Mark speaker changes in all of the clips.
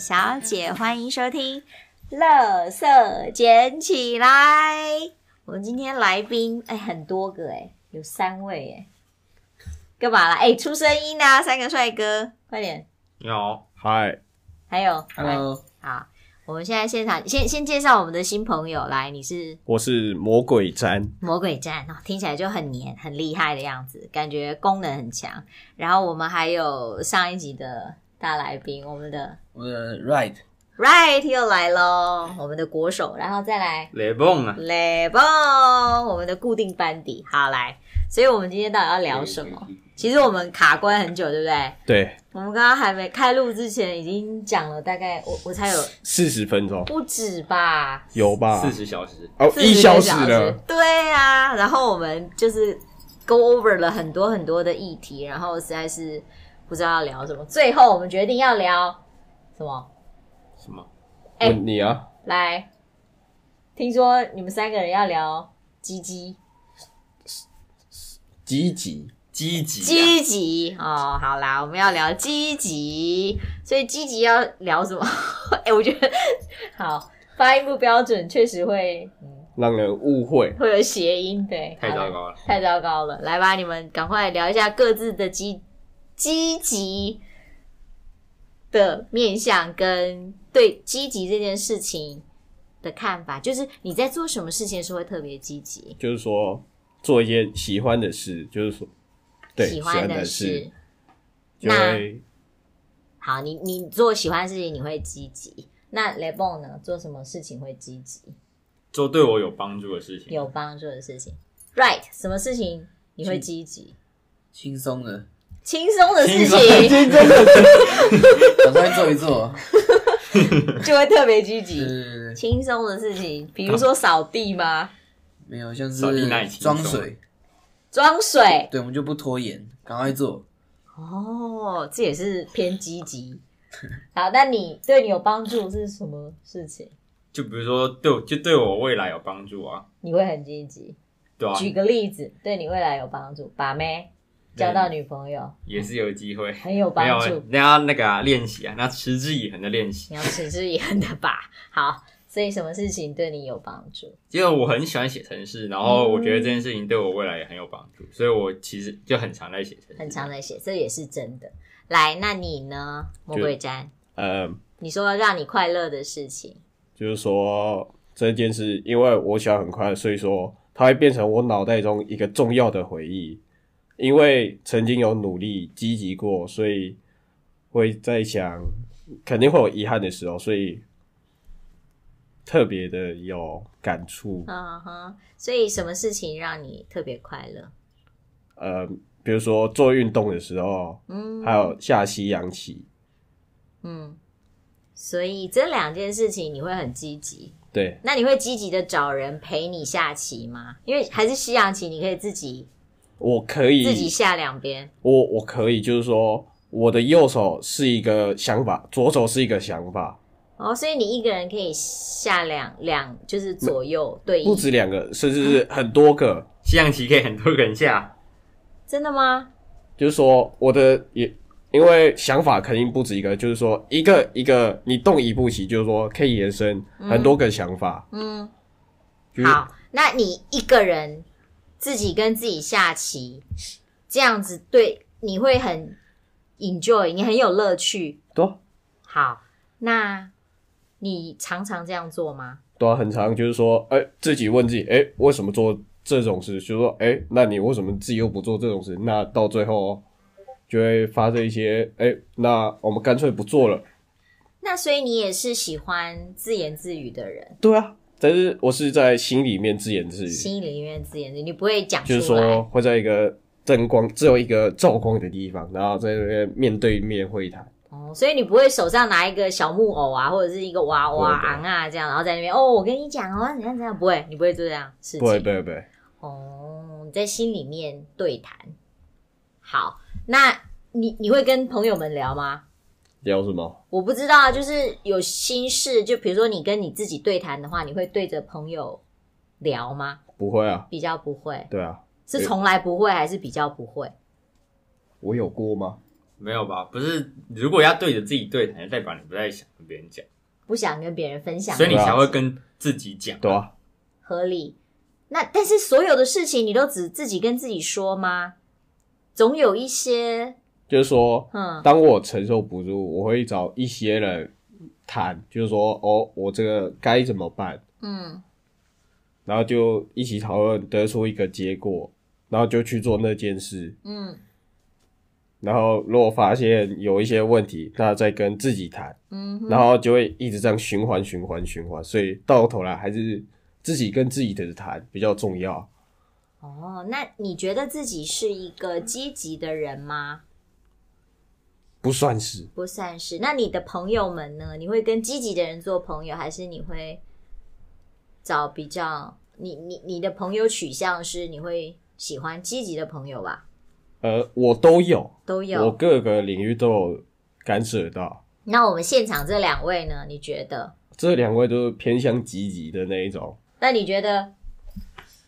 Speaker 1: 小姐，欢迎收听《乐色捡起来》。我们今天来宾哎、很多个哎、有三位哎、干嘛啦？哎、出声音啦、三个帅哥，快点！
Speaker 2: 你好，
Speaker 3: 嗨，
Speaker 1: 还有
Speaker 2: Hello，
Speaker 1: 来好，我们现在现场先先介绍我们的新朋友来，你是
Speaker 3: 我是魔鬼詹，
Speaker 1: 魔鬼战哦，听起来就很黏、很厉害的样子，感觉功能很强。然后我们还有上一集的大来宾，我们的
Speaker 4: 我的 right
Speaker 1: Right 又来喽，我们的国手，然后再来
Speaker 2: 雷梦啊，
Speaker 1: 雷蹦，我们的固定班底，好来。所以我们今天到底要聊什么？其实我们卡关很久，对不对？
Speaker 3: 对，
Speaker 1: 我们刚刚还没开录之前，已经讲了大概我我才有
Speaker 3: 四十分钟
Speaker 1: 不止吧，
Speaker 3: 有吧？
Speaker 2: 四十小时，
Speaker 3: 哦，一
Speaker 1: 40
Speaker 3: 小
Speaker 1: 个
Speaker 3: 时了，。
Speaker 1: 对呀、然后我们就是 go over 了很多很多的议题，然后实在是不知道要聊什么。最后我们决定要聊什么？
Speaker 2: 什么？
Speaker 1: 哎
Speaker 3: 问你啊，
Speaker 1: 来，听说你们三个人要聊鸡鸡
Speaker 3: 积极
Speaker 2: 积极啊、
Speaker 1: 积极哦，好啦，我们要聊积极，所以积极要聊什么？ 哎、我觉得好，发音不标准确实会嗯
Speaker 3: 让人误会，
Speaker 1: 会有谐音，对，
Speaker 2: 太
Speaker 1: 好啦
Speaker 2: 糟糕了。
Speaker 1: 太糟糕了！来吧，你们赶快聊一下各自的积积极的面向跟对积极这件事情的看法。就是你在做什么事情的时候会特别积极，
Speaker 3: 就是说做一件喜欢的事，就是说对
Speaker 1: 喜
Speaker 3: 欢
Speaker 1: 的
Speaker 3: 事，就
Speaker 1: 那
Speaker 3: 会
Speaker 1: 好，你你做喜欢的事情你会积极。那雷蹦呢？做什么事情会积极？
Speaker 2: 做对我有帮助的事情，
Speaker 1: 有帮助的事情，right？什么事情你会积极？
Speaker 4: 轻松的，
Speaker 1: 轻松的事
Speaker 2: 轻松
Speaker 1: 情
Speaker 4: 早上做一做，
Speaker 1: 就会特别积极。
Speaker 4: 是
Speaker 1: 轻松的事情，比如
Speaker 2: 啊
Speaker 1: 说扫地吗？
Speaker 4: 没有像
Speaker 2: 扫地那也轻
Speaker 4: 是
Speaker 2: 松
Speaker 4: 装水，
Speaker 1: 装水，
Speaker 4: 对，我们就不拖延，赶快做。
Speaker 1: 哦，这也是偏积 极。好，那你对你有帮助是什么事情？
Speaker 2: 就比如说对我，就对我未来有帮助啊，
Speaker 1: 你会很积极。
Speaker 2: 对啊，
Speaker 1: 举个例子，对你未来有帮助，把妹交到女朋友
Speaker 2: 也是有机会，
Speaker 1: 很有
Speaker 2: 没
Speaker 1: 帮
Speaker 2: 有
Speaker 1: 助，嗯
Speaker 2: 那要那个啊练习啊，那持之以恒的练习。
Speaker 1: 你要持之以恒的吧。好，所以什么事情对你有帮助？
Speaker 2: 因为我很喜欢写程式，然后我觉得这件事情对我未来也很有帮助，所以我其实就很常在写程式，
Speaker 1: 嗯很常在写，这也是真的。来，那你呢，魔鬼詹？
Speaker 3: 呃，
Speaker 1: 你说让你快乐的事情，
Speaker 3: 就是说这件事，因为我想很快，所以说它会变成我脑袋中一个重要的回忆。因为曾经有努力积极过，所以会在想，肯定会有遗憾的时候，所以特别的有感触。
Speaker 1: 嗯哼，所以什么事情让你特别快乐？
Speaker 3: 呃，比如说做运动的时候，
Speaker 1: 嗯，
Speaker 3: 还有下西洋棋，
Speaker 1: 嗯，所以这两件事情你会很积极。
Speaker 3: 对，
Speaker 1: 那你会积极的找人陪你下棋吗？因为还是西洋棋，你可以自己
Speaker 3: 我可以
Speaker 1: 自己下两边。
Speaker 3: 我我可以，就是说我的右手是一个想法，左手是一个想法，
Speaker 1: 哦，所以你一个人可以下两两，就是左右对
Speaker 3: 不
Speaker 1: 弈，
Speaker 3: 止两个，甚至
Speaker 1: 嗯
Speaker 3: 是很多个。
Speaker 2: 西洋棋可以很多个人下，
Speaker 1: 真的吗？
Speaker 3: 就是说我的也，因为想法肯定不止一个，就是说一个一个你动一步棋，就是说可以延伸很多个想法。
Speaker 1: 嗯，
Speaker 3: 就是
Speaker 1: 好，那你一个人自己跟自己下棋，这样子对你会很 enjoy，你很有乐趣。
Speaker 3: 多
Speaker 1: 好，那你常常这样做吗？
Speaker 3: 对啊，很常就是说，哎、自己问自己，哎、为什么做这种事？就是说，哎、那你为什么自己又不做这种事？那到最后哦就会发生一些，哎、那我们干脆不做了。
Speaker 1: 那所以你也是喜欢自言自语的人，
Speaker 3: 对啊，但是我是在心里面自言自语，
Speaker 1: 心里面自言自语，你不会讲出
Speaker 3: 嗯就
Speaker 1: 来。
Speaker 3: 是说会在一个灯光只有一个照光的地方，然后在那边面对面会谈。
Speaker 1: 哦，所以你不会手上拿一个小木偶啊，或者是一个娃娃
Speaker 3: 不会
Speaker 1: 昂啊这样，然后在那边哦，我跟你讲哦，怎样怎样，不会，你不会做这样的事情。
Speaker 3: 不会不会不会，
Speaker 1: 哦，你在心里面对谈。好，那你你会跟朋友们聊吗？
Speaker 3: 聊什么？
Speaker 1: 我不知道啊，就是有心事，就比如说你跟你自己对谈的话，你会对着朋友聊吗？
Speaker 3: 不会啊，
Speaker 1: 比较不会，
Speaker 3: 对啊，
Speaker 1: 是从来不会还是比较不会？
Speaker 3: 我有过吗？
Speaker 2: 没有吧？不是，如果要对着自己对谈，就代表你不太想跟别人讲，
Speaker 1: 不想跟别人分享，
Speaker 2: 所以你
Speaker 3: 对啊
Speaker 2: 才会跟自己讲。
Speaker 3: 对啊，
Speaker 1: 合理。那但是所有的事情你都只自己跟自己说吗？总有一些，
Speaker 3: 就是说，
Speaker 1: 嗯，
Speaker 3: 当我承受不住，我会找一些人谈，就是说，哦，我这个该怎么办？
Speaker 1: 嗯，
Speaker 3: 然后就一起讨论，得出一个结果，然后就去做那件事。
Speaker 1: 嗯
Speaker 3: 然后如果发现有一些问题，那再跟自己谈，
Speaker 1: 嗯哼，
Speaker 3: 然后就会一直这样循环、循环、循环。所以到头来还是自己跟自己的谈比较重要。
Speaker 1: 哦，那你觉得自己是一个积极的人吗？
Speaker 3: 不算是，
Speaker 1: 不算是。那你的朋友们呢？你会跟积极的人做朋友，还是你会找比较你你你的朋友取向是你会喜欢积极的朋友吧？
Speaker 3: 呃，我都有，
Speaker 1: 都
Speaker 3: 我
Speaker 1: 有。
Speaker 3: 各个领域都有干涉到。
Speaker 1: 那我们现场这两位呢？你觉得？
Speaker 3: 这两位都是偏向积极的那一种，
Speaker 1: 那你觉得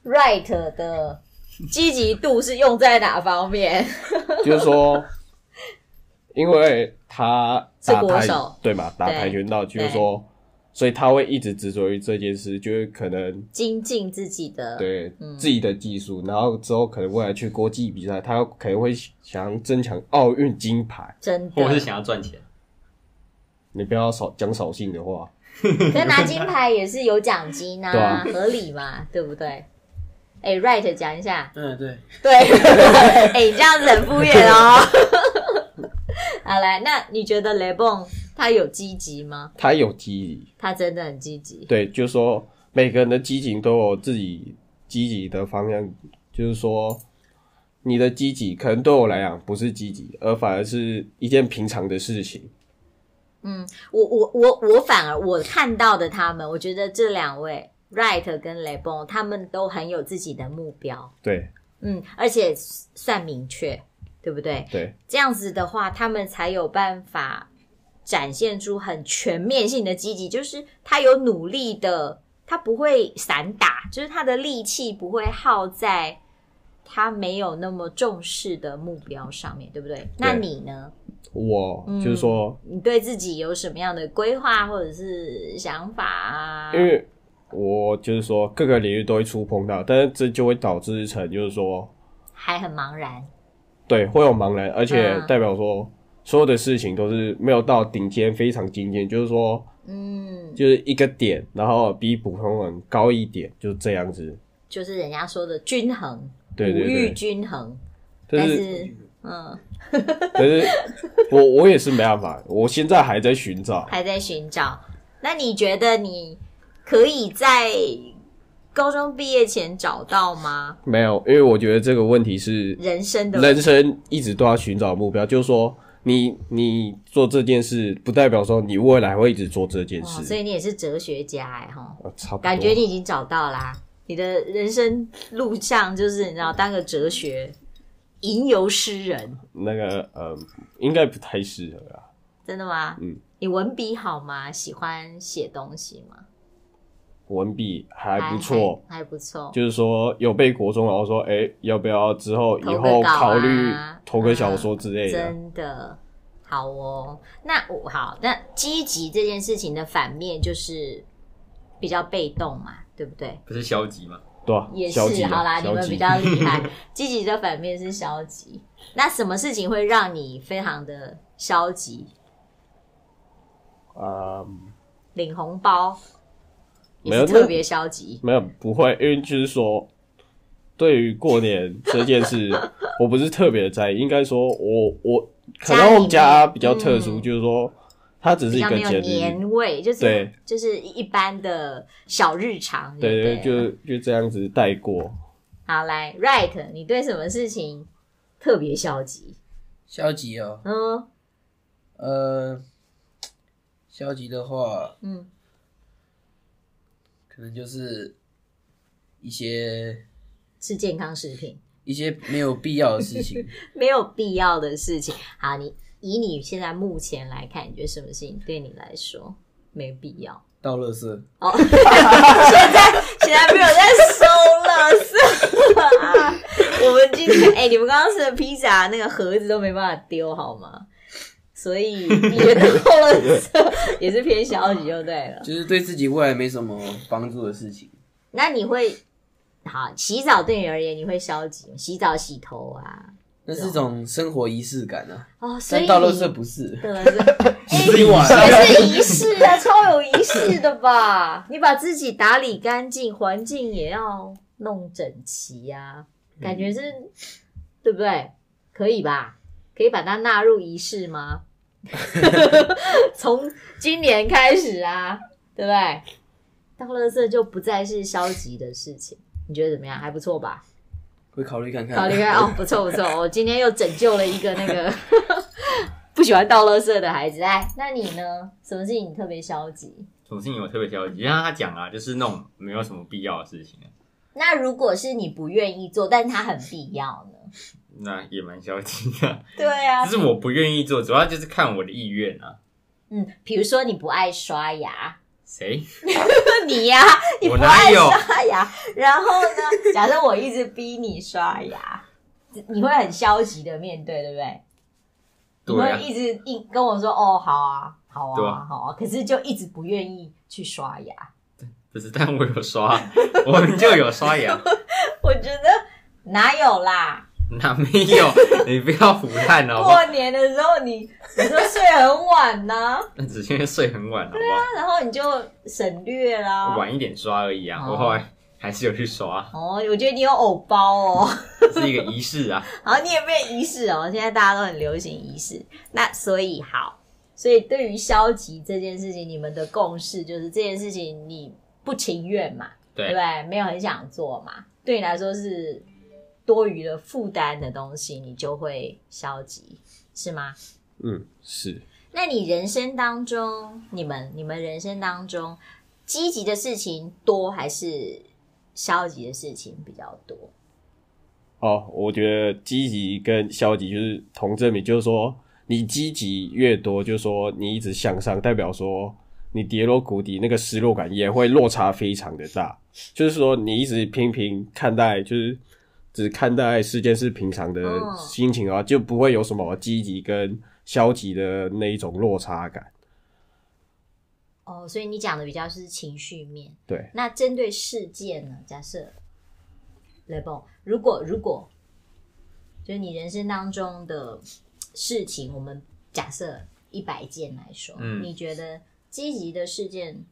Speaker 1: Right 的积极度是用在哪方面？
Speaker 3: 就是说，因为他打
Speaker 1: 是国
Speaker 3: 跆
Speaker 1: 手
Speaker 3: 对嘛，打
Speaker 1: 对
Speaker 3: 跆拳道，就是说，所以他会一直执着于这件事，就是可能
Speaker 1: 精进自己的，
Speaker 3: 对、
Speaker 1: 嗯
Speaker 3: 自己的技术，然后之后可能未来去国际比赛，他可能会想要争抢奥运金牌。
Speaker 1: 真
Speaker 2: 或是
Speaker 1: 的。
Speaker 2: 想要赚钱，
Speaker 3: 你不要少讲扫兴的话，
Speaker 1: 可拿金牌也是有奖金呐、
Speaker 3: 对啊
Speaker 1: 合理嘛，对不对？哎，Right 讲一下。
Speaker 4: 嗯，对，
Speaker 1: 对，哎、你这样子很敷衍哦。好来，那你觉得雷蹦他有积极吗？
Speaker 3: 他有积极，
Speaker 1: 他真的很积极。
Speaker 3: 对，就是说每个人的激情都有自己积极的方向，就是说你的积极可能对我来讲不是积极，而反而是一件平常的事情。
Speaker 1: 我我我我反而我看到的他们，我觉得这两位 Right 跟雷蹦他们都很有自己的目标，
Speaker 3: 对
Speaker 1: 嗯，而且算明确，对不对？
Speaker 3: 对
Speaker 1: 这样子的话，他们才有办法展现出很全面性的积极，就是他有努力的，他不会散打，就是他的力气不会耗在他没有那么重视的目标上面，对不对？那你呢？
Speaker 3: 我、
Speaker 1: 嗯
Speaker 3: 就是说，
Speaker 1: 你对自己有什么样的规划或者是想法啊？
Speaker 3: 因为我就是说各个领域都会触碰到，但是这就会导致成就是说，
Speaker 1: 还很茫然，
Speaker 3: 对，会有茫然，而且
Speaker 1: 嗯
Speaker 3: 代表说。所有的事情都是没有到顶尖，非常顶尖，就是说，
Speaker 1: 嗯，
Speaker 3: 就是一个点，然后比普通人高一点，就是这样子。
Speaker 1: 就是人家说的均衡，
Speaker 3: 对对
Speaker 1: 五欲
Speaker 3: 对，
Speaker 1: 均衡，
Speaker 3: 但
Speaker 1: 但
Speaker 3: 是
Speaker 1: 是嗯，
Speaker 3: 可是我我也是没办法，我现在还在寻找。
Speaker 1: 还在寻找。那你觉得你可以在高中毕业前找到吗？
Speaker 3: 没有，因为我觉得这个问题是
Speaker 1: 人生的哦
Speaker 3: 人生一直都要寻找目标，就是说你你做这件事，不代表说你未来会一直做这件
Speaker 1: 哦，
Speaker 3: 事。
Speaker 1: 所以你也是哲学家哎哈，
Speaker 3: 啊差不多
Speaker 1: 感觉你已经找到啦。你的人生路上就是你知道当个哲学吟游诗人，
Speaker 3: 那个呃，应该不太适合啊。
Speaker 1: 真的吗？
Speaker 3: 嗯，
Speaker 1: 你文笔好吗？喜欢写东西吗？
Speaker 3: 文笔还不错，
Speaker 1: 还还不错。
Speaker 3: 就是说有被国中老师说，哎、要不要之后以
Speaker 1: 投个
Speaker 3: 后
Speaker 1: 稿啊嗯
Speaker 3: 考虑投个小说之类的？
Speaker 1: 真的好哦。那我好，那积极这件事情的反面就是比较被动嘛，对不对？
Speaker 2: 不是消极吗？
Speaker 3: 对吧、
Speaker 1: 也
Speaker 3: 消极
Speaker 1: 是，
Speaker 3: 啊
Speaker 1: 好啦，你
Speaker 3: 消
Speaker 1: 们
Speaker 3: 极
Speaker 1: 比较厉 害。积极的反面是消极，那什么事情会让你非常的消极？
Speaker 3: 啊、
Speaker 1: 领红包
Speaker 3: 没
Speaker 1: 也
Speaker 3: 有
Speaker 1: 是特别消极，
Speaker 3: 没有，不会，因为就是说，对于过年这件事，我不是特别在意。应该说我，我可
Speaker 1: 家里
Speaker 3: 能
Speaker 1: 面
Speaker 3: 家比较特殊，
Speaker 1: 嗯
Speaker 3: 就是说，它只是
Speaker 1: 比
Speaker 3: 一
Speaker 1: 较
Speaker 3: 个
Speaker 1: 没有
Speaker 3: 节日，
Speaker 1: 年味，就是
Speaker 3: 对
Speaker 1: 就是一般的小日常。
Speaker 3: 对
Speaker 1: 对
Speaker 3: 对，
Speaker 1: 不对，
Speaker 3: 就就这样子带过。
Speaker 1: 好来，right，你对什么事情特别消极？
Speaker 4: 消极哦，
Speaker 1: 嗯，
Speaker 4: 呃，消极的话，
Speaker 1: 嗯，
Speaker 4: 可能就是一些
Speaker 1: 吃健康食品，
Speaker 4: 一些没有必要的事 情，
Speaker 1: 没有必要的事情。好，你以你现在目前来看，你觉得什么事情对你来说没必要？
Speaker 4: 倒垃圾，
Speaker 1: 哦， 现在现在没有在收了，是吧？ 我们今天哎、你们刚刚吃的披萨那个盒子都没办法丢好吗？所以你觉得后乐色也是偏消极就对了。
Speaker 4: 就是对自己未来没什么帮助的事情。
Speaker 1: 那你会好洗澡对你而言你会消极吗？洗澡、洗头啊，
Speaker 4: 那是一种生活仪式感啊，
Speaker 1: 哦，所以
Speaker 4: 但
Speaker 1: 你
Speaker 4: 倒垃圾不是。
Speaker 1: 对啊了，
Speaker 4: 今晚
Speaker 1: 这哎还 是仪式啊，超有仪式的吧？你把自己打理干净，环境也要弄整齐啊，感觉是、对不对？可以吧？可以把它纳入仪式吗？ 从今年开始啊，对不对？当垃圾就不再是消极的事情，你觉得怎么样？还不错吧？
Speaker 4: 会考虑
Speaker 2: 嗯
Speaker 4: 看看。
Speaker 1: 考虑看哦，不错不 错，我今天又拯救了一个那个 不喜欢倒垃圾的孩子。哎，那你呢？什么事情你特别消极？
Speaker 2: 什么事情我特别消极？就像他讲啊，就是那种没有什么必要的事情啊，
Speaker 1: 那如果是你不愿意做，但是它很必要呢？
Speaker 2: 那也蛮消极的。
Speaker 1: 对啊
Speaker 2: 只，是我不愿意做，主要就是看我的意愿啊。
Speaker 1: 嗯，比如说你不爱刷牙，
Speaker 2: 谁？
Speaker 1: 就 你呀、你不
Speaker 2: 我哪
Speaker 1: 爱
Speaker 2: 有
Speaker 1: 刷牙，然后 呢，假设我一直逼你刷牙，你会很消极的面对，对不对？你
Speaker 2: 对啊
Speaker 1: 会一直一跟我说哦，好啊，好
Speaker 2: 对
Speaker 1: 啊
Speaker 2: 啊，
Speaker 1: 好啊，可是就一直不愿意去刷牙。
Speaker 2: 不是，但我有刷， 我们就有刷牙，
Speaker 1: 我觉得哪有啦？
Speaker 2: 哪没有？你不要胡乱好不好？
Speaker 1: 过年的时候你你说睡很晚呐、
Speaker 2: 那只是因为睡很晚，好不
Speaker 1: 然后你就省略啦
Speaker 2: 好？。晚一点刷而已啊，
Speaker 1: 哦
Speaker 2: 我后来还是有去刷，
Speaker 1: 哦，我觉得你有偶包哦，
Speaker 2: 是一个仪式啊。
Speaker 1: 然后你也被仪式哦，现在大家都很流行仪式。那所以好，所以对于消极这件事情，你们的共识就是这件事情你不情愿嘛，对不
Speaker 2: 对，
Speaker 1: 对？没有很想做嘛，对你来说是多余的负担的东西，你就会消极，是吗？
Speaker 3: 嗯，是
Speaker 1: 那你人生当中，你们你们人生当中，积极的事情多还是消极的事情比较多？
Speaker 3: 哦。我觉得积极跟消极就是同证明，就是说你积极越多，就是说你一直向上，代表说你跌落谷底那个失落感也会落差非常的大。就是说你一直频频看待，就是只看待事件是平常的
Speaker 1: 嗯
Speaker 3: 心情啊，就不会有什么积极跟消极的那一种落差感。
Speaker 1: 哦，所以你讲的比较是情绪面。
Speaker 3: 对，
Speaker 1: 那针对事件呢？假设 l e b o 如果如果就是你人生当中的事情，我们假设一百件来说，
Speaker 2: 嗯
Speaker 1: 你觉得积极的事件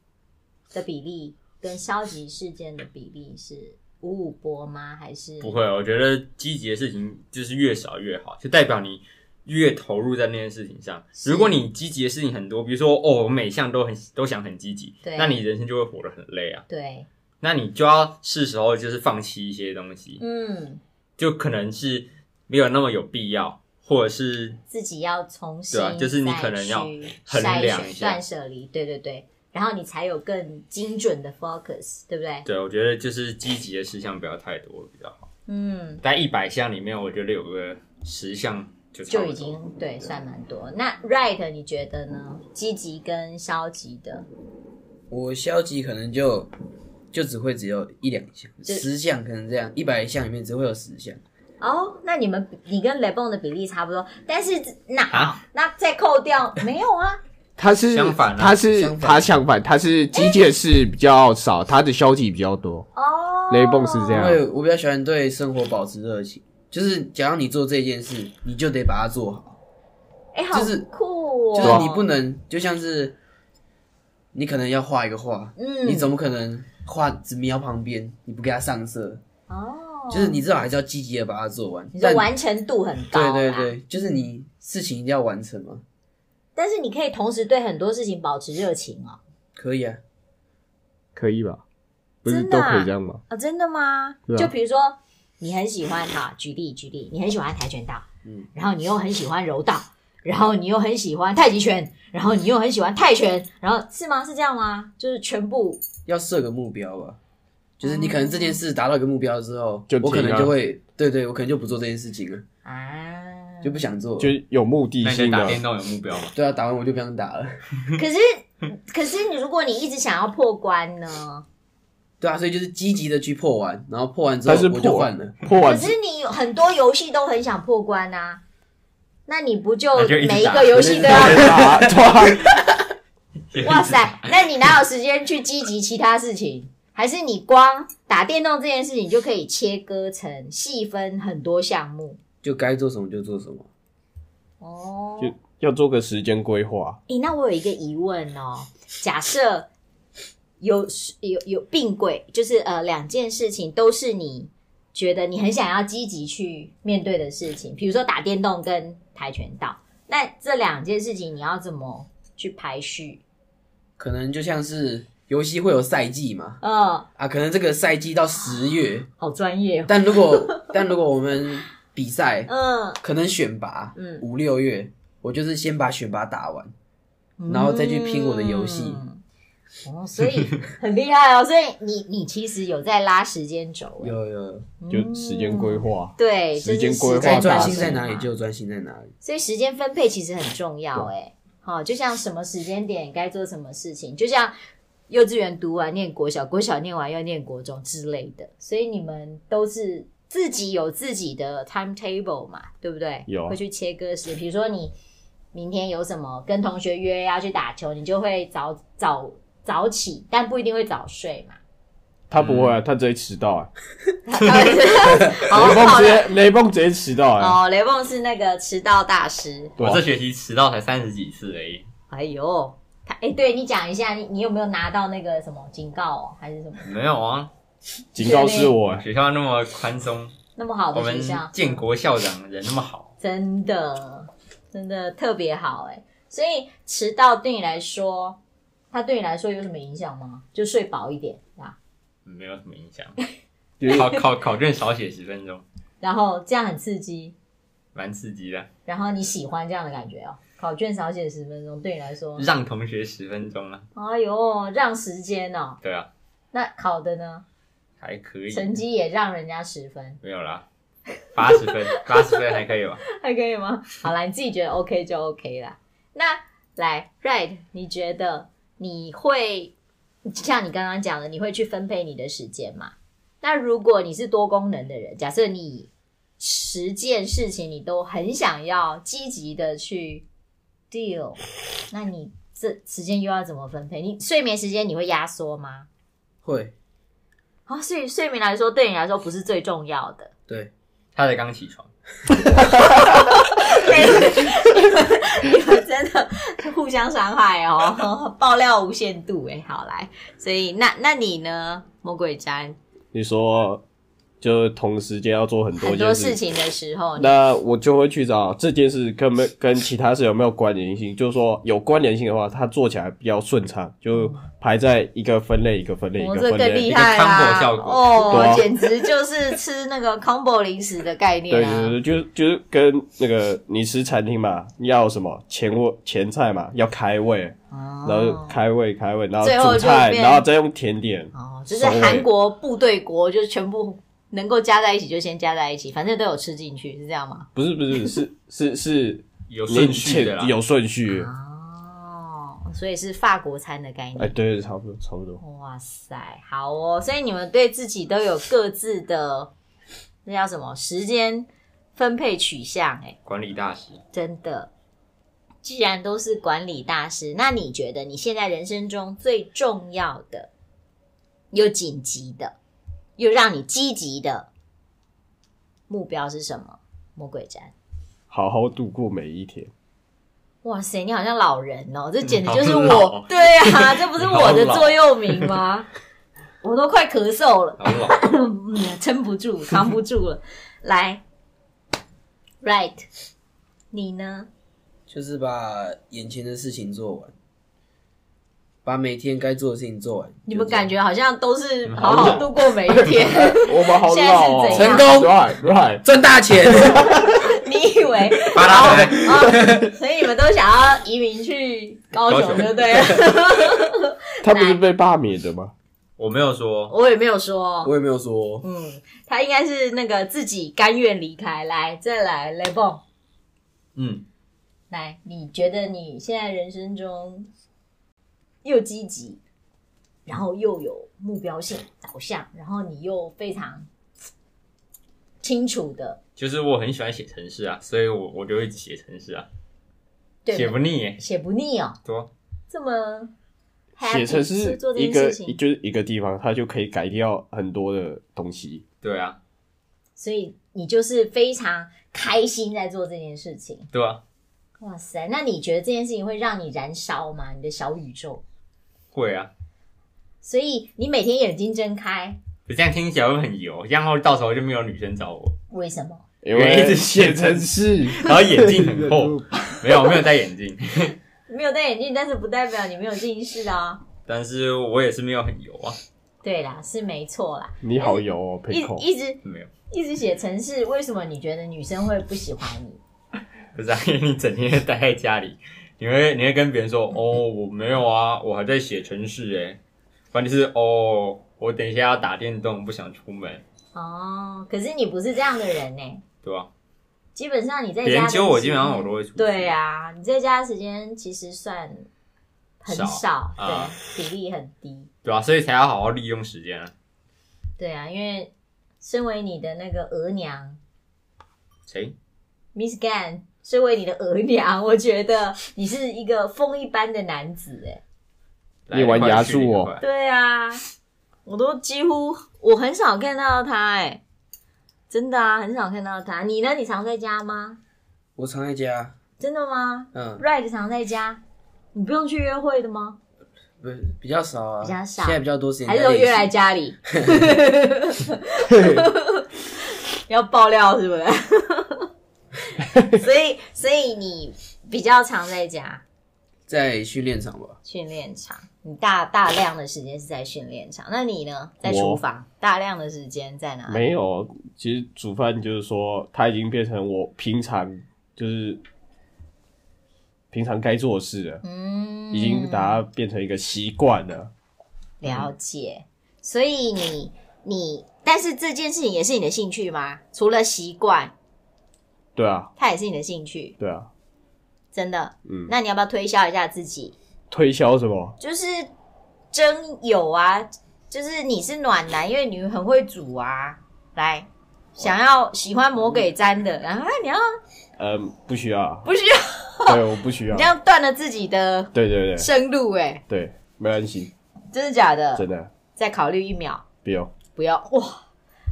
Speaker 1: 的比例跟消极事件的比例是五五波吗？还是
Speaker 2: 不？会，我觉得积极的事情就是越少越好，就代表你越投入在那件事情上。
Speaker 1: 是
Speaker 2: 如果你积极的事情很多，比如说哦，我每项都很都想很积极
Speaker 1: 对，
Speaker 2: 那你人生就会活得很累啊。
Speaker 1: 对，
Speaker 2: 那你就要是时候就是放弃一些东西，
Speaker 1: 嗯，
Speaker 2: 就可能是没有那么有必要，或者是
Speaker 1: 自己要重新
Speaker 2: 对啊就是你
Speaker 1: 再
Speaker 2: 可能要
Speaker 1: 去
Speaker 2: 衡
Speaker 1: 筛
Speaker 2: 量
Speaker 1: 选
Speaker 2: 一下
Speaker 1: 断舍离，对对对，然后你才有更精准的 focus，对不对？
Speaker 2: 对我觉得就是积极的事项不要太多比较好。
Speaker 1: 嗯，
Speaker 2: 在一百项里面，我觉得有个十项就差不
Speaker 1: 就
Speaker 2: 多
Speaker 1: 已经对算蛮多。那 right 你觉得呢？积极跟消极的，
Speaker 4: 我消极可能就就只会只有一两项，
Speaker 1: 就
Speaker 4: 十项可能这样，一百项里面只会有十项。
Speaker 1: 哦，那你们你跟 Le Bon 的比例差不多，但是那
Speaker 2: 啊，
Speaker 1: 那再扣掉没有啊？
Speaker 5: 他是
Speaker 2: 相反啊
Speaker 5: 他是
Speaker 4: 相反
Speaker 5: 他相反，他是机械式比较少，他的消极比较多。
Speaker 1: 哦
Speaker 5: Le Bon 是这
Speaker 4: 因
Speaker 5: 样
Speaker 4: 为我比较喜欢对生活保持热情，就是假如你做这件事，你就得把它做好。
Speaker 1: 哎、好
Speaker 4: 就是
Speaker 1: 酷哦！
Speaker 4: 就是你不，能，就像是你可能要画一个画，
Speaker 1: 嗯，
Speaker 4: 你怎么可能画只瞄旁边，你不给它上色？
Speaker 1: 哦，
Speaker 4: 就是你至少还是要积极的把它做完。
Speaker 1: 你说
Speaker 4: 但
Speaker 1: 完成度很高，
Speaker 4: 对对。对，就是你事情一定要完成嘛，
Speaker 1: 但是你可以同时对很多事情保持热情哦。
Speaker 4: 可以啊。
Speaker 5: 可以吧？不是
Speaker 1: 真的
Speaker 5: 都
Speaker 1: 啊
Speaker 5: 可以这样吗？
Speaker 1: 啊，真的吗？
Speaker 5: 对啊
Speaker 1: 就比如说，你很喜欢哈，举例举例，你很喜欢跆拳道，
Speaker 4: 嗯，
Speaker 1: 然后你又很喜欢柔道，然后你又很喜欢太极拳，然后你又很喜欢泰拳，然后是吗？是这样吗？就是全部
Speaker 4: 要设个目标吧，就是你可能这件事达到一个目标之后，
Speaker 3: 就
Speaker 4: 我可
Speaker 3: 停
Speaker 4: 能
Speaker 3: 了
Speaker 4: 就会，对对，我可能就不做这件事情了，
Speaker 1: 啊，
Speaker 4: 就不想做了。
Speaker 3: 就是有目的
Speaker 2: 那你在
Speaker 3: 性的
Speaker 2: 打。电动有目标吗？
Speaker 4: 对啊，打完我就不想打了。
Speaker 1: 可是可是你如果你一直想要破关呢，
Speaker 4: 对啊，所以就是积极的去破完，然后破完之后
Speaker 5: 但是
Speaker 3: 啊
Speaker 4: 我就
Speaker 5: 破
Speaker 4: 换了。
Speaker 5: 破
Speaker 1: 可
Speaker 5: 完
Speaker 1: 是你有很多游戏都很想破关啊，那你不就
Speaker 2: 那就一直打
Speaker 1: 每一个游戏都要？
Speaker 5: 打，对啊
Speaker 1: 哇塞，那你哪有时间去积极其他事情？还是你光打电动这件事情就可以切割成细分很多项目？
Speaker 4: 就该做什么就做什么。
Speaker 1: 哦，
Speaker 3: 就 要做个时间规划。
Speaker 1: 诶、那我有一个疑问哦，假设有有有并轨，就是呃两件事情都是你觉得你很想要积极去面对的事情，比如说打电动跟跆拳道，那这两件事情你要怎么去排序？
Speaker 4: 可能就像是游戏会有赛季嘛，
Speaker 1: 呃，
Speaker 4: 啊，可能这个赛季到十 月，
Speaker 1: 好专业哦，
Speaker 4: 但如果但如果我们比赛，
Speaker 1: 嗯
Speaker 4: 可能选拔，
Speaker 1: 嗯
Speaker 4: 五六月，我就是先把选拔打完，然后再去拼我的游戏
Speaker 1: 嗯哦，所以 很厉害哦，所以你你其实有在拉时间轴，欸
Speaker 4: 有有，
Speaker 1: 嗯
Speaker 3: 就时间规划。
Speaker 1: 对，
Speaker 5: 时间
Speaker 1: 就是
Speaker 5: 规划
Speaker 1: 间
Speaker 4: 该
Speaker 5: 大
Speaker 4: 专
Speaker 1: 打
Speaker 4: 心
Speaker 5: 师
Speaker 4: 在
Speaker 1: 算
Speaker 4: 哪里
Speaker 1: 嘛
Speaker 4: 就专心在哪里。
Speaker 1: 所以时间分配其实很重要哎、好、就像什么时间点该做什么事情，就像幼稚园读完念国小，国小念完要念国中之类的，所以你们都是自己有自己的 timetable 嘛，对不对？
Speaker 3: 有
Speaker 1: 会去切割时间，比如说你明天有什么跟同学约要去打球，你就会早早早起，但不一定会早睡嘛。
Speaker 3: 他不会啊，
Speaker 2: 嗯
Speaker 3: 他直接迟到啊！
Speaker 1: 好
Speaker 3: 雷
Speaker 1: 哦好
Speaker 3: 梦直
Speaker 1: 的
Speaker 3: 接雷梦直接迟到啊！
Speaker 1: 哦，雷梦是那个迟到大师。
Speaker 2: 我这学期迟到才三十几次而已，
Speaker 1: 哎呦，他哎，对你讲一下，你你有没有拿到那个什么警告、哦、还是什么？
Speaker 2: 没有啊，
Speaker 3: 警告是我
Speaker 2: 我
Speaker 3: 啊，
Speaker 2: 们学校那么宽松，
Speaker 1: 那么好
Speaker 2: 我
Speaker 1: 的
Speaker 2: 们
Speaker 1: 学校，
Speaker 2: 建国校长人那么好，
Speaker 1: 真的真的特别好哎。所以迟到对你来说，它对你来说有什么影响吗？就睡饱一点啊，
Speaker 2: 没有什么影响。
Speaker 3: 就是
Speaker 2: 考考考卷少写十分钟，
Speaker 1: 然后这样很刺激，
Speaker 2: 蛮刺激的，
Speaker 1: 然后你喜欢这样的感觉哦。考卷少写十分钟，对你来说，
Speaker 2: 让同学十分钟啊，
Speaker 1: 哎呦，让时间哦。
Speaker 2: 对啊，
Speaker 1: 那考的呢？
Speaker 2: 还可以，
Speaker 1: 成绩也让人家十分，
Speaker 2: 没有啦，八 十分，八十分还可以吧？
Speaker 1: 还可以吗？好啦，你自己觉得 OK 就 OK 啦。那来，Right，你觉得你会像你刚刚讲的，你会去分配你的时间吗？那如果你是多功能的人，假设你十件事情你都很想要积极的去 deal，那你这时间又要怎么分配？你睡眠时间你会压缩吗？
Speaker 4: 会，
Speaker 1: 啊、所以睡眠来说，对你来说不是最重要的。
Speaker 4: 对，
Speaker 2: 他才刚起床，
Speaker 1: 你们真的互相伤害哦，爆料无限度哎。好来，所以那那你呢，魔鬼粘
Speaker 3: 你说就同时间要做很多
Speaker 1: 很多
Speaker 3: 件
Speaker 1: 事
Speaker 3: 事，
Speaker 1: 情的时候，你
Speaker 3: 那我就会去找这件事跟没跟其他事有没有关联性。就是说有关联性的话，它做起来比较顺畅，就排在一个分类一个分类一
Speaker 1: 嗯我
Speaker 3: 个
Speaker 1: 这
Speaker 3: 分
Speaker 1: 更
Speaker 3: 类。
Speaker 1: 厉害啦
Speaker 2: 一个 combo 效！果
Speaker 1: 哦，
Speaker 3: 对啊
Speaker 1: 简直就是吃那个 combo 零食的概念
Speaker 3: 对
Speaker 1: 啊！
Speaker 3: 对对，就就是跟那个你吃餐厅嘛，要什么前味前菜嘛，要开胃，
Speaker 1: 哦
Speaker 3: 然后开胃开胃，然后
Speaker 1: 最后
Speaker 3: 主
Speaker 1: 就
Speaker 3: 菜，
Speaker 1: 变
Speaker 3: 然后再用甜点。
Speaker 1: 哦，就是韩国部队国，就是全部能够加在一起就先加在一起，反正都有吃进去，是这样吗？
Speaker 3: 不是不是是是是
Speaker 2: 有顺序的啦
Speaker 3: 你。有顺序。
Speaker 1: 哦，所以是法国餐的概念。
Speaker 3: 哎，对，差不多差不多。
Speaker 1: 哇塞，好哦！所以你们对自己都有各自的那叫什么时间分配取向、欸？
Speaker 2: 管理大师，
Speaker 1: 真的。既然都是管理大师，那你觉得你现在人生中最重要的、又紧急的、又让你积极的目标是什么？魔鬼战。
Speaker 3: 好好度过每一天。
Speaker 1: 哇塞，你好像老人哦，这简直
Speaker 2: 好
Speaker 1: 就是
Speaker 2: 老
Speaker 1: 我
Speaker 2: 哦。
Speaker 1: 对啊，这不是我的座右铭吗？我都快咳嗽了。
Speaker 2: 好老，
Speaker 1: 嗯 撑不住，扛不住了。来，right，你呢？
Speaker 4: 就是把眼前的事情做完，把每天该做的事情做完。
Speaker 1: 你
Speaker 4: 就
Speaker 1: 们
Speaker 4: 这样
Speaker 1: 感觉好像都是好好度过每一天。
Speaker 5: 我们好
Speaker 1: 现在是
Speaker 5: 老哦，
Speaker 1: 怎
Speaker 4: 样
Speaker 5: ，right right，
Speaker 4: 赚 大钱？
Speaker 1: 你以为
Speaker 2: 发大财，
Speaker 1: 哦，所以你们都想要移民去高
Speaker 2: 高
Speaker 1: 雄，
Speaker 2: 雄
Speaker 1: 对不对？
Speaker 3: 他不是被罢免的吗？
Speaker 2: 我没有说，
Speaker 1: 我也没有说，
Speaker 4: 我也没有说，
Speaker 1: 嗯，他应该是那个自己甘愿离开。来，再来，雷梦，
Speaker 2: 嗯，
Speaker 1: 来，你觉得你现在人生中又积极然后又有目标性导向，然后你又非常清楚的
Speaker 2: 就是我很喜欢写程式啊，所以我我就一直写程式啊，
Speaker 1: 对
Speaker 2: 写不腻耶，
Speaker 1: 写不腻哦，
Speaker 2: 对啊
Speaker 1: 这么 happy,
Speaker 3: 写成
Speaker 1: 是
Speaker 3: 是
Speaker 1: 做这
Speaker 3: 一
Speaker 1: 件
Speaker 3: 个
Speaker 1: 事情，
Speaker 3: 就是一个地方，它就可以改掉很多的东西。
Speaker 2: 对啊，
Speaker 1: 所以你就是非常开心在做这件事情。
Speaker 2: 对啊，
Speaker 1: 哇塞，那你觉得这件事情会让你燃烧吗？你的小宇宙？
Speaker 2: 会啊。
Speaker 1: 所以你每天眼睛睁开，
Speaker 2: 这样听起来会很油，然后到时候就没有女生找我，
Speaker 1: 为什么？
Speaker 3: 因
Speaker 2: 因为一
Speaker 3: 为
Speaker 2: 直写
Speaker 5: 写程式，
Speaker 2: 然后眼镜很 厚，没有我没有戴眼镜，
Speaker 1: 没有戴眼镜，但是不代表你没有近视啊。
Speaker 2: 但是我也是没有很油啊，
Speaker 1: 对啦，是没错啦。
Speaker 3: 你好油哦，佩
Speaker 1: 一
Speaker 3: 孔。
Speaker 1: 一直
Speaker 2: 没有，
Speaker 1: 一直写程式，为什么你觉得女生会不喜欢你？
Speaker 2: 不是、啊、因为你整天待在家里，你会你会跟别人说哦我没有啊，我还在写程式诶，关键是哦我等一下要打电动，不想出门，
Speaker 1: 哦，可是你不是这样的人呢、
Speaker 2: 对吧、
Speaker 1: 基本上你在家
Speaker 2: 别人
Speaker 1: 的
Speaker 2: 揪我
Speaker 1: 时
Speaker 2: 基本上我都会出去，
Speaker 1: 对啊呀、你在家的时间其实算很少，
Speaker 2: 少啊
Speaker 1: 对，比例很低。
Speaker 2: 对吧、所以才要好好利用时间啊，
Speaker 1: 对啊，因为身为你的那个额娘
Speaker 2: 谁
Speaker 1: Miss Gan，身为你的额娘，我觉得你是一个风一般的男子哎、
Speaker 2: 来
Speaker 3: 你玩
Speaker 2: 快
Speaker 3: 牙
Speaker 2: 去你
Speaker 3: 柱哦
Speaker 2: 快
Speaker 1: 对啊，我都几乎我很少看到他哎、真的啊，很少看到他。你呢？你常在家吗？
Speaker 4: 我常在家，
Speaker 1: 真的吗
Speaker 4: 嗯，
Speaker 1: ？Right 常在家，你不用去约会的吗？
Speaker 4: 不是比较少啊，
Speaker 1: 比较少
Speaker 4: 现在比较多时间在
Speaker 1: 还是
Speaker 4: 练习。
Speaker 1: 都约来家里？要爆料是不 是？所以，所以你比较常在家
Speaker 4: 在训练场吧？
Speaker 1: 训练场，你大大量的时间是在训练场。那你呢？在
Speaker 3: 我
Speaker 1: 厨房，大量的时间在哪里？
Speaker 3: 没有，其实煮饭就是说，它已经变成我平常就是平常该做的事了，
Speaker 1: 嗯，
Speaker 3: 已经把它变成一个习惯了。
Speaker 1: 了解。所以你你，但是这件事情也是你的兴趣吗？除了习惯，
Speaker 3: 对啊，
Speaker 1: 它也是你的兴趣，
Speaker 3: 对啊，
Speaker 1: 真的。
Speaker 3: 嗯，
Speaker 1: 那你要不要推销一下自己？
Speaker 3: 推销什么？
Speaker 1: 就是真有啊，就是你是暖男，因为你很会煮啊。来，想要喜欢魔鬼粘的，然后你要
Speaker 3: 嗯，不需要啊，
Speaker 1: 不需要，
Speaker 3: 对，我不需要
Speaker 1: 你这。样断了自己的
Speaker 3: 对对对
Speaker 1: 生路、哎，
Speaker 3: 对，没关系，
Speaker 1: 真的假的？
Speaker 3: 真的
Speaker 1: 再考虑一秒，
Speaker 3: 不用。
Speaker 1: 不要哇，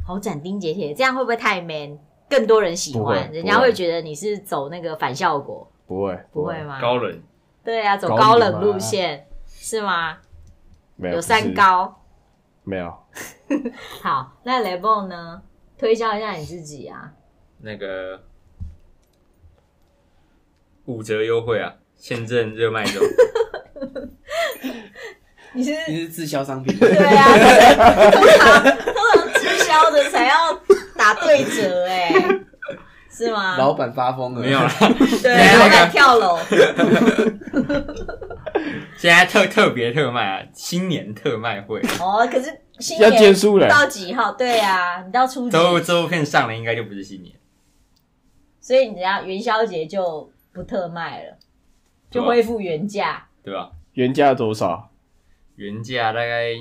Speaker 1: 好斩钉截铁，这样会不会太 man？更多人喜
Speaker 3: 不会
Speaker 1: 欢，人家
Speaker 3: 不会
Speaker 1: 会觉得你是走那个反效果，
Speaker 3: 不会，
Speaker 1: 不会？吗？
Speaker 2: 高冷，
Speaker 1: 对啊，走高
Speaker 3: 高冷
Speaker 1: 冷
Speaker 3: 嘛
Speaker 1: 路线是吗？
Speaker 3: 没有，
Speaker 1: 有
Speaker 3: 不是
Speaker 1: 三？高。
Speaker 3: 没有，
Speaker 1: 好，那雷梦呢？推销一下你自己啊。
Speaker 2: 那个五折优惠啊，现正热卖中，
Speaker 1: 你是
Speaker 4: 你是滞销商 品，
Speaker 1: 对啊， 通常通常滞销的才要打对折哎、是吗？
Speaker 4: 老板发疯了，
Speaker 2: 没有啦，
Speaker 1: 对，
Speaker 2: 没有
Speaker 1: 老
Speaker 2: 那个
Speaker 1: 板跳楼，
Speaker 2: 现在特特别特卖啊，新年特卖会，
Speaker 1: 哦，可是新
Speaker 3: 要结
Speaker 1: 年
Speaker 3: 束了。
Speaker 1: 到几号？对啊，你到初几？
Speaker 2: 周周片上了应该就不是新年，
Speaker 1: 所以你等下元宵节就不特卖了，就
Speaker 2: 对啊
Speaker 1: 恢复原价
Speaker 2: 对吧？
Speaker 3: 原价多
Speaker 1: 啊
Speaker 3: 少？
Speaker 2: 原价大概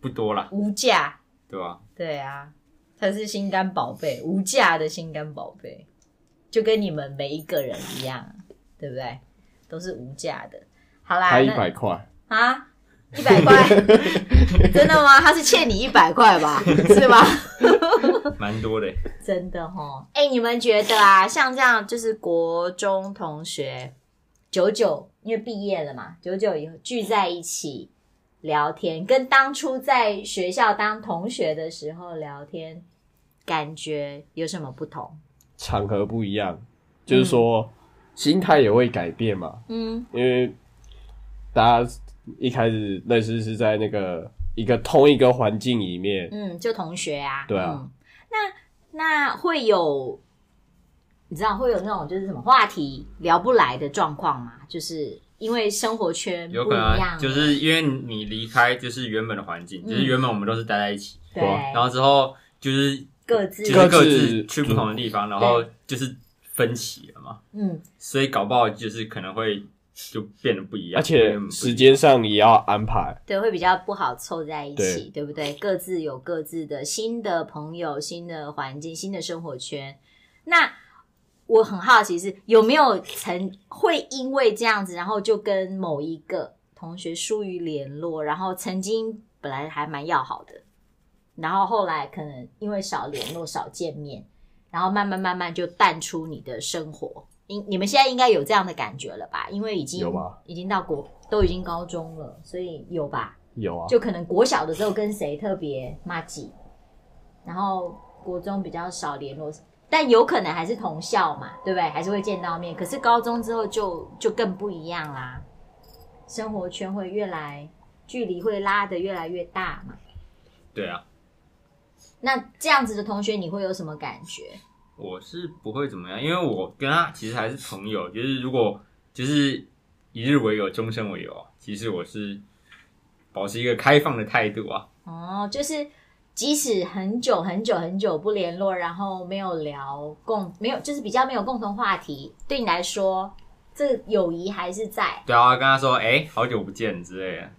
Speaker 2: 不多啦，
Speaker 1: 无价。
Speaker 2: 对吧？
Speaker 1: 对啊，它是心肝宝贝，无价的心肝宝贝，就跟你们每一个人一样，对不对？都是无价的。好啦，
Speaker 3: 开一
Speaker 1: 那
Speaker 3: 百块，
Speaker 1: 啊，一百块，真的吗？他是欠你一百块吧？是吗？
Speaker 2: 蛮多的欸，
Speaker 1: 真的哦。哎、你们觉得啊，像这样就是国中同学，九九因为毕业了嘛，九九以后聚在一起聊天，跟当初在学校当同学的时候聊天，感觉有什么不同？
Speaker 3: 场合不一样，就是说心态也会改变嘛。
Speaker 1: 嗯，
Speaker 3: 因为大家一开始认识是在那个一个同一个环境里面，
Speaker 1: 嗯，就同学啊，
Speaker 3: 对啊
Speaker 1: 嗯那那会有，你知道会有那种就是什么话题聊不来的状况吗？就是因为生活圈
Speaker 2: 有
Speaker 1: 不
Speaker 2: 可
Speaker 1: 一
Speaker 2: 能啊
Speaker 1: 样，
Speaker 2: 就是因为你离开就是原本的环境，
Speaker 1: 嗯
Speaker 2: 就是原本我们都是待在一起，
Speaker 1: 对，
Speaker 2: 然后之后就是
Speaker 1: 各自
Speaker 2: 就是各
Speaker 3: 各
Speaker 2: 自
Speaker 3: 自
Speaker 2: 去不同的地方，然后就是分歧了嘛，
Speaker 1: 嗯，
Speaker 2: 所以搞不好就是可能会就变得不一样，
Speaker 3: 而且
Speaker 2: 嗯
Speaker 3: 时间上也要安排。
Speaker 1: 对，会比较不好凑在一起，
Speaker 3: 对
Speaker 1: 对不对？各自有各自的新的朋友、新的环境、新的生活圈。那我很好奇是有没有曾会因为这样子，然后就跟某一个同学疏于联络，然后曾经本来还蛮要好的，然后后来可能因为少联络、少见面，然后慢慢慢慢就淡出你的生活。你你们现在应该有这样的感觉了吧？因为已经
Speaker 3: 有吧
Speaker 1: 已经到国都已经高中了，所以有吧？
Speaker 3: 有啊，
Speaker 1: 就可能国小的时候跟谁特别骂几，然后国中比较少联络，但有可能还是同校嘛，对不对？还是会见到面。可是高中之后就就更不一样啦，生活圈会越来距离会拉得越来越大嘛。
Speaker 2: 对啊，
Speaker 1: 那这样子的同学，你会有什么感觉？
Speaker 2: 我是不会怎么样，因为我跟他其实还是朋友，就是如果就是一日为友，终身为友啊，其实我是保持一个开放的态度啊，
Speaker 1: 哦，就是即使很久很久很久不联络，然后没有聊共，没有就是比较没有共同话题，对你来说，这友谊还是在。
Speaker 2: 对啊，跟他说，哎、好久不见之类的，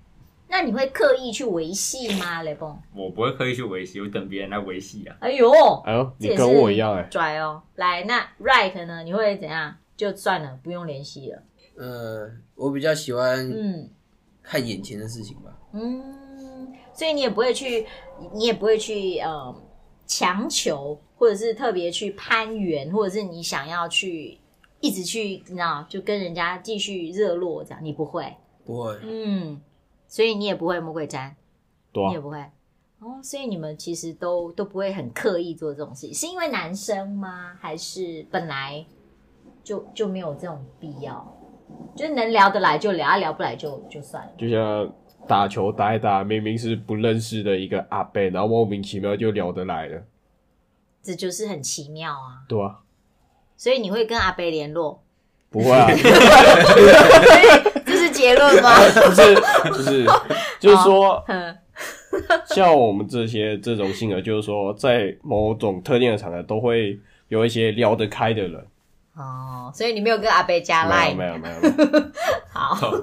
Speaker 1: 那你会刻意去维系吗，雷锋？
Speaker 2: 我不会刻意去维系，我等别人来维系啊，
Speaker 1: 哎呦，
Speaker 3: 哎呦，
Speaker 1: 这
Speaker 3: 你
Speaker 1: 也
Speaker 3: 跟
Speaker 1: 是
Speaker 3: 我一样哎、
Speaker 1: 拽哦！来，那 right 呢？你会怎样？就算了，不用联系了。
Speaker 4: 呃，我比较喜欢
Speaker 1: 嗯
Speaker 4: 看眼前的事情吧。
Speaker 1: 嗯，所以你也不会去，你也不会去呃强求，或者是特别去攀援，或者是你想要去一直去，你知道，就跟人家继续热络这样，你不会。
Speaker 4: 不会，
Speaker 1: 嗯，所以你也不会魔鬼毡。
Speaker 3: 对
Speaker 1: 你也
Speaker 3: 啊，
Speaker 1: 不会。哦，所以你们其实都都不会很刻意做这种事情，是因为男生吗？还是本来就就没有这种必要？就是能聊得来就聊，啊聊不来就就算了。
Speaker 3: 就像打球打一打，明明是不认识的一个阿伯，然后莫名其妙就聊得来了，
Speaker 1: 这就是很奇妙啊！
Speaker 3: 对啊，
Speaker 1: 所以你会跟阿北联络，
Speaker 3: 不会 啊，
Speaker 1: 这是结论吗？
Speaker 3: 就是就是就是说，
Speaker 1: 嗯
Speaker 3: 像我们这些这种性格，就是说在某种特定的场合都会有一些聊得开的人，
Speaker 1: 哦，所以你没有跟阿北加
Speaker 3: 没有
Speaker 1: line，
Speaker 3: 没有没有，没有
Speaker 1: 好，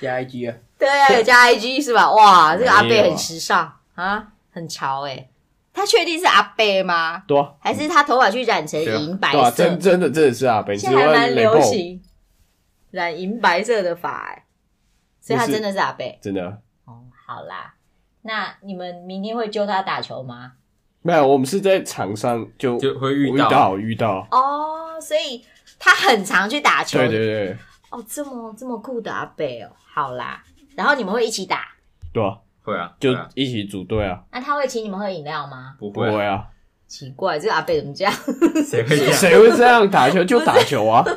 Speaker 4: 加 IG 啊，
Speaker 1: 对啊，有加 IG 是吧？哇，这个阿
Speaker 3: 没有
Speaker 1: 北
Speaker 3: 啊
Speaker 1: 很时尚啊，很潮哎、他确定是阿北吗？
Speaker 3: 对啊
Speaker 1: 还是他头发去染成银白
Speaker 3: 对啊，
Speaker 1: 色？
Speaker 3: 真真的真的是阿啊伯，
Speaker 1: 现
Speaker 3: 只
Speaker 1: 在还
Speaker 3: 会
Speaker 1: 蛮
Speaker 3: 雷
Speaker 1: 流
Speaker 3: 暴，
Speaker 1: 行染银白色的发、欸，所以他
Speaker 3: 就是
Speaker 1: 真的是阿贝。
Speaker 3: 真的
Speaker 1: 哦，好啦，那你们明天会揪他打球吗？
Speaker 3: 没有，我们是在场上就
Speaker 2: 就会遇
Speaker 3: 遇
Speaker 2: 到，
Speaker 3: 到遇到，
Speaker 1: 哦，所以他很常去打球。
Speaker 3: 对对对
Speaker 1: 哦，这么这么酷的阿贝哦，好啦，然后你们会一起打，
Speaker 3: 对啊，
Speaker 2: 会啊，
Speaker 3: 就
Speaker 2: 会啊
Speaker 3: 一起组队啊，
Speaker 1: 那他会请你们喝饮料吗？
Speaker 2: 不
Speaker 3: 不
Speaker 2: 会
Speaker 3: 会
Speaker 2: 啊，
Speaker 3: 啊，
Speaker 1: 奇怪，这个阿贝怎么这样？
Speaker 2: 谁会这样？
Speaker 3: 谁会这样打球就打球啊？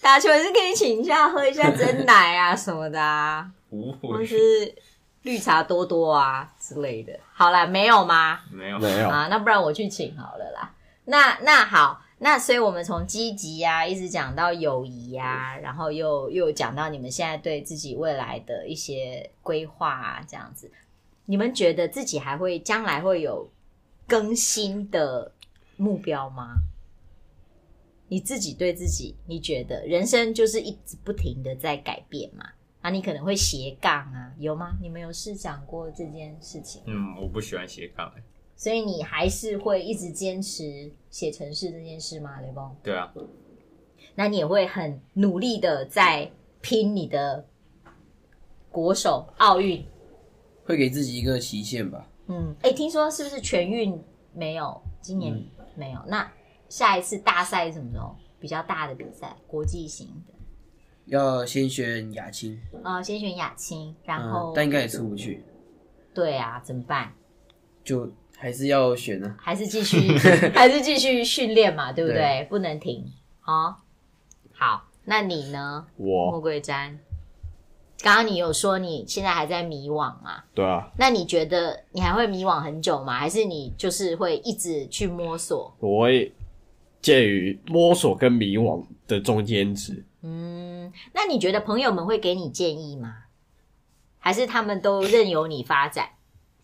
Speaker 1: 打球也是可以请一下喝一下真奶啊什么的啊，
Speaker 2: 不
Speaker 1: 或
Speaker 2: 会，
Speaker 1: 是绿茶多多啊之类的。好啦，没有吗？
Speaker 2: 没有，
Speaker 3: 没有，
Speaker 1: 啊，那不然我去请好了啦。那那好，那所以我们从积极呀、一直讲到友谊呀、然后又又讲到你们现在对自己未来的一些规划啊，这样子，你们觉得自己还会将来会有更新的目标吗？你自己对自己，你觉得人生就是一直不停的在改变嘛？啊，你可能会斜杠啊，有吗？你们有试想过这件事情吗？
Speaker 2: 嗯，我不喜欢斜杠、欸，
Speaker 1: 所以你还是会一直坚持写程式这件事吗，雷锋？
Speaker 2: 对啊，
Speaker 1: 那你也会很努力的在拼你的国手奥运。
Speaker 4: 会给自己一个期限吧。
Speaker 1: 嗯，哎，听说是不是全运没有？今年
Speaker 4: 嗯
Speaker 1: 没有？那下一次大赛是什么时候？比较大的比赛，国际型的。
Speaker 4: 要先选亚青，
Speaker 1: 呃，先选亚青，然
Speaker 4: 嗯
Speaker 1: 后、，
Speaker 4: 但应该也出不去，
Speaker 1: 对啊，怎么办？
Speaker 4: 就还是要选啊。
Speaker 1: 还是继 续，还是继续训练嘛，对不对？
Speaker 4: 对
Speaker 1: 不能停。哦，好，那你呢？
Speaker 3: 我
Speaker 1: 魔鬼毡，刚刚你有说你现在还在迷惘嘛？
Speaker 3: 对啊，
Speaker 1: 那你觉得你还会迷惘很久吗？还是你就是会一直去摸索？
Speaker 3: 我会介于摸索跟迷惘的中间值。
Speaker 1: 嗯，那你觉得朋友们会给你建议吗？还是他们都任由你发展？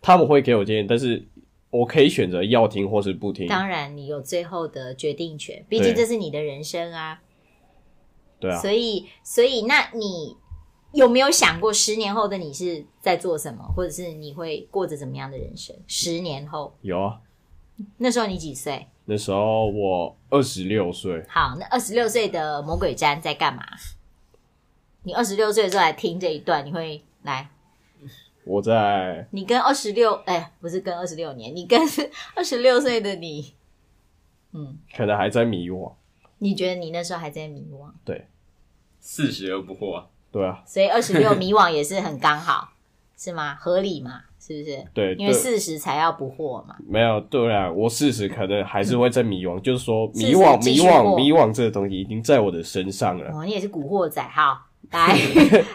Speaker 3: 他们会给我建议，但是我可以选择要听或是不听。
Speaker 1: 当然，你有最后的决定权，毕竟
Speaker 3: 嗯对
Speaker 1: 这是你的人生啊。
Speaker 3: 对啊，
Speaker 1: 所以，所以，那你有没有想过，十年后的你是在做什么，或者是你会过着怎么样的人生？十年后，
Speaker 3: 有啊。
Speaker 1: 那时候你几岁？
Speaker 3: 那时候我二十六岁，
Speaker 1: 好，那二十六岁的魔鬼毡在干嘛？你二十六岁的时候来听这一段，你会来？
Speaker 3: 我在
Speaker 1: 你跟二十六，哎，不是跟二十六年，你跟 二十六岁的你，
Speaker 3: 可能还在迷惘，
Speaker 1: 你觉得你那时候还在迷惘，
Speaker 2: 四十而不惑啊，
Speaker 3: 对啊，
Speaker 1: 所以二十 六迷惘也是很刚好，是吗？合理嘛？是不是？
Speaker 3: 对，
Speaker 1: 因为
Speaker 3: 对，
Speaker 1: 四十才要不惑嘛。
Speaker 3: 没有，对啊，我四十可能还是会在迷惘，就是说
Speaker 1: 40
Speaker 3: 迷惘，
Speaker 1: 继
Speaker 3: 迷
Speaker 1: 续
Speaker 3: 惘，
Speaker 1: 过
Speaker 3: 迷惘这个东西已经在我的身上了，
Speaker 1: 哦，你也是古惑仔，好，来。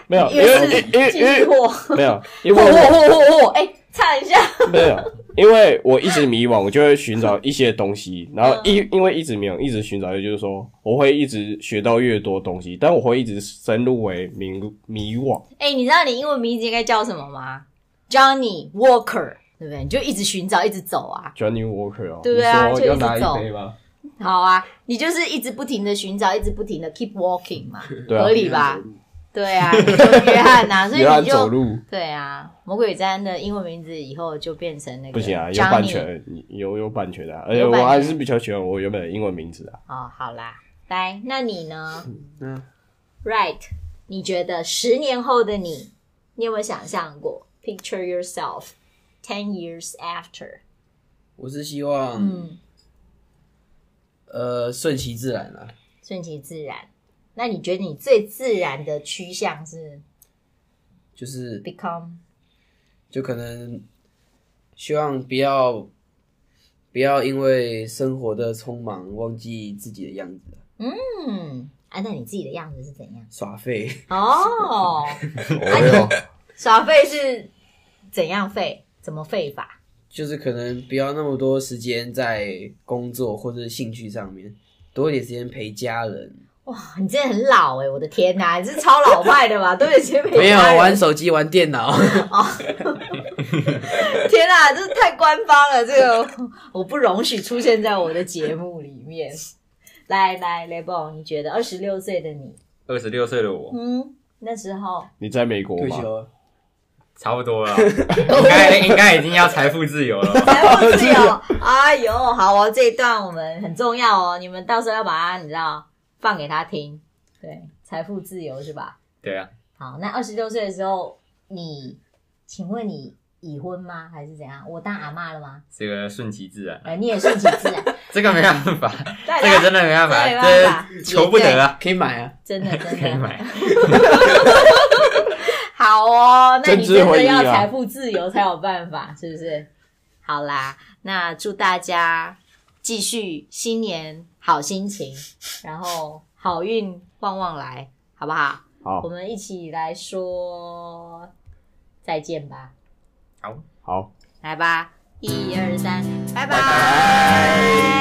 Speaker 3: 没有，因
Speaker 1: 因为
Speaker 3: 为因
Speaker 1: 是
Speaker 3: 为
Speaker 1: 继
Speaker 3: 因
Speaker 1: 续
Speaker 3: 为
Speaker 1: 火，
Speaker 3: 没有，因
Speaker 1: 火
Speaker 3: 为
Speaker 1: 火
Speaker 3: 我
Speaker 1: 火火火，哎，唱一下，
Speaker 3: 没有，因为我一直迷惘，我就会寻找一些东西，
Speaker 1: 嗯
Speaker 3: 然后一因为一直迷惘，一直寻找，也就是说，我会一直学到越多东西，但我会一直深入为迷迷惘，
Speaker 1: 哎，你知道你英文名字应该叫什么吗？Johnny Walker，对不对？你就一直寻找，一直走啊，
Speaker 3: Johnny Walker 哦，
Speaker 1: 对不对啊？
Speaker 2: 说
Speaker 1: 就
Speaker 2: 要
Speaker 1: 一
Speaker 2: 拿
Speaker 1: 直走，
Speaker 2: 一杯吗？
Speaker 1: 好啊，你就是一直不停的寻找，一直不停的 keep walking 嘛，
Speaker 3: 对啊
Speaker 1: 合理吧？对 啊，你就约翰呐、啊，所以
Speaker 5: 原来
Speaker 1: 你
Speaker 5: 走
Speaker 1: 就
Speaker 5: 路
Speaker 1: 对啊，魔鬼毡的英文名字以后就变成那个
Speaker 3: 不行啊，有
Speaker 1: Johnny
Speaker 3: 版权，有有版权的啊、而且
Speaker 1: 有版
Speaker 3: 我
Speaker 1: 权
Speaker 3: 还是比较喜欢我原本的英文名字啊。
Speaker 1: 哦，好啦，来，那你呢？
Speaker 4: 嗯
Speaker 1: ，Right，你觉得十年后的你，你有没有想象过？Picture yourself ten years after。
Speaker 4: 我是希望、
Speaker 1: 嗯，
Speaker 4: 呃顺其自然啦，
Speaker 1: 顺其自然。那你觉得你最自然的趋向是
Speaker 4: 就是
Speaker 1: become？
Speaker 4: 就可能希望不要不要因为生活的匆忙忘记自己的样子，
Speaker 1: 嗯，按照你自己的样子是怎样？
Speaker 4: 耍废。
Speaker 1: 哦，
Speaker 5: 哎呦，
Speaker 1: 耍废是怎样废？怎么废法？
Speaker 4: 就是可能不要那么多时间在工作或者是兴趣上面，多一点时间陪家人。
Speaker 1: 哇，你真的很老哎、我的天哪，你是超老派的吧？都有些
Speaker 4: 没有玩手机玩电脑，
Speaker 1: 天啊，这太官方了，这个我不容许出现在我的节目里面。来来，雷宝，你觉得二十六岁的你，
Speaker 2: 二十六岁的我，
Speaker 1: 嗯，那时候
Speaker 3: 你在美国
Speaker 4: 退
Speaker 3: 吗？
Speaker 4: 休了。
Speaker 2: 差 不多了啊，应该应该已经要财富自由了吧。
Speaker 1: 财富自由，哎呦，好哦，这一段我们很重要哦，你们到时候要把它，你知道，放给他听。对，财富自由是吧？
Speaker 2: 对啊，
Speaker 1: 好，那二十六岁的时候，你，请问你已婚吗？还是怎样？我当阿嬷了吗？
Speaker 2: 这个顺其自然，
Speaker 1: 呃，你也顺其自 然，
Speaker 2: 这个没办法，
Speaker 1: 对啊
Speaker 2: 这个真的没办
Speaker 1: 这个没办
Speaker 2: 法
Speaker 1: 法，
Speaker 2: 这求不得啊，
Speaker 4: 可以买啊，
Speaker 1: 真的 真的
Speaker 2: 可以买。
Speaker 1: 好哦，那
Speaker 5: 政
Speaker 1: 你
Speaker 5: 治
Speaker 1: 真的
Speaker 5: 会议
Speaker 1: 要
Speaker 5: 啊
Speaker 1: 财富自由才有办法，是不是？好啦，那祝大家继续新年好心情，然后好运旺旺来，好不好？我
Speaker 3: 好，
Speaker 1: 们一起来说再见吧，
Speaker 3: 好。
Speaker 1: 来吧，一二三，拜拜
Speaker 2: 拜